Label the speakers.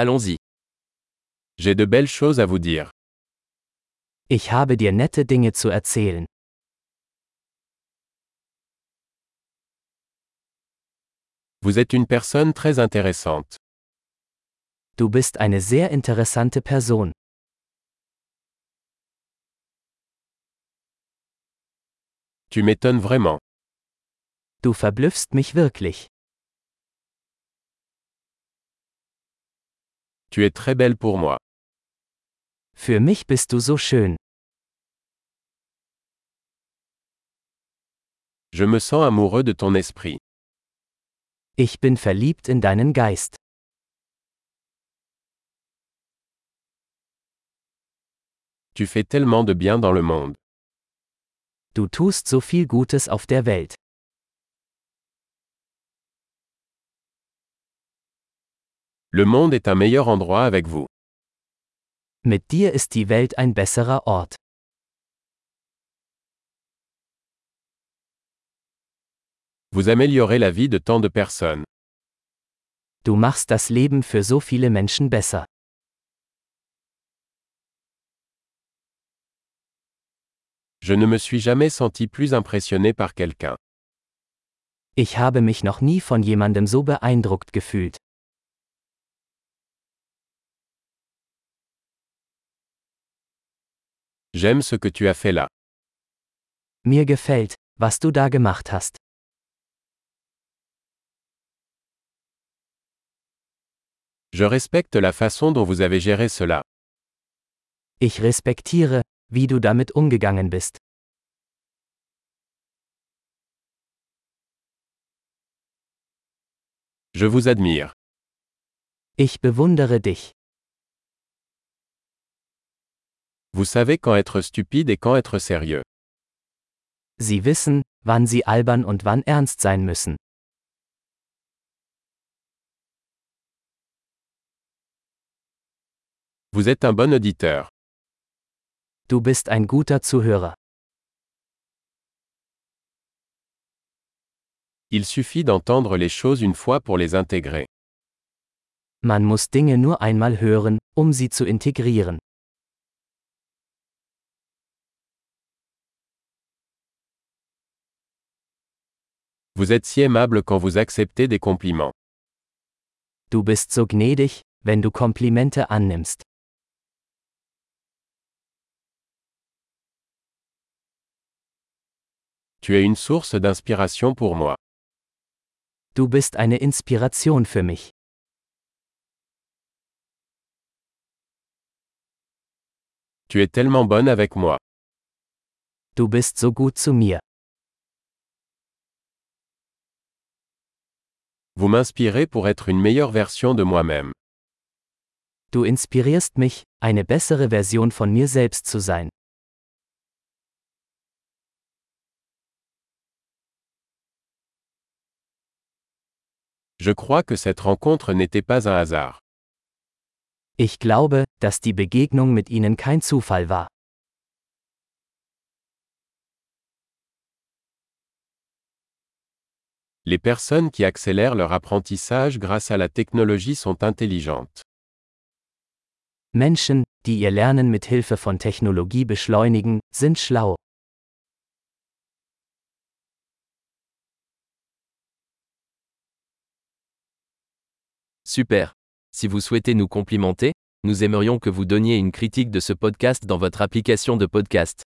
Speaker 1: Allons-y. J'ai de belles choses à vous dire.
Speaker 2: Ich habe dir nette Dinge zu erzählen.
Speaker 1: Vous êtes une personne très intéressante.
Speaker 2: Du bist eine sehr interessante Person.
Speaker 1: Tu m'étonnes vraiment.
Speaker 2: Du verblüffst mich wirklich.
Speaker 1: Tu es très belle pour moi.
Speaker 2: Für mich bist du so schön.
Speaker 1: Je me sens amoureux de ton esprit.
Speaker 2: Ich bin verliebt in deinen Geist.
Speaker 1: Tu fais tellement de bien dans le monde.
Speaker 2: Du tust so viel Gutes auf der Welt.
Speaker 1: Le monde est un meilleur endroit avec vous.
Speaker 2: Mit dir ist die Welt ein besserer Ort.
Speaker 1: Vous améliorez la vie de tant de personnes.
Speaker 2: Du machst das Leben für so viele Menschen besser.
Speaker 1: Je ne me suis jamais senti plus impressionné par quelqu'un.
Speaker 2: Ich habe mich noch nie von jemandem so beeindruckt gefühlt.
Speaker 1: J'aime ce que tu as fait là.
Speaker 2: Mir gefällt, was du da gemacht hast.
Speaker 1: Je respecte la façon dont vous avez géré cela.
Speaker 2: Ich respektiere, wie du damit umgegangen bist.
Speaker 1: Je vous admire.
Speaker 2: Ich bewundere dich.
Speaker 1: Vous savez quand être stupide et quand être sérieux.
Speaker 2: Sie wissen, wann sie albern und wann ernst sein müssen.
Speaker 1: Vous êtes un bon auditeur.
Speaker 2: Du bist ein guter Zuhörer.
Speaker 1: Il suffit d'entendre les choses une fois pour les intégrer.
Speaker 2: Man muss Dinge nur einmal hören, um sie zu integrieren.
Speaker 1: Vous êtes si aimable quand vous acceptez des compliments.
Speaker 2: Du bist so gnädig, wenn du Komplimente annimmst.
Speaker 1: Tu es une source d'inspiration pour moi.
Speaker 2: Du bist eine Inspiration für mich.
Speaker 1: Tu es tellement bonne avec moi.
Speaker 2: Du bist so gut zu mir.
Speaker 1: Vous m'inspirez pour être une meilleure version de moi-même.
Speaker 2: Du inspirierst mich, eine bessere Version von mir selbst zu sein.
Speaker 1: Je crois que cette rencontre n'était pas un hasard.
Speaker 2: Ich glaube, dass die Begegnung mit ihnen kein Zufall war.
Speaker 1: Les personnes qui accélèrent leur apprentissage grâce à la technologie sont intelligentes.
Speaker 2: Menschen, die ihr Lernen mit Hilfe von Technologie beschleunigen, sind schlau.
Speaker 3: Super. Si vous souhaitez nous complimenter, nous aimerions que vous donniez une critique de ce podcast dans votre application de podcast.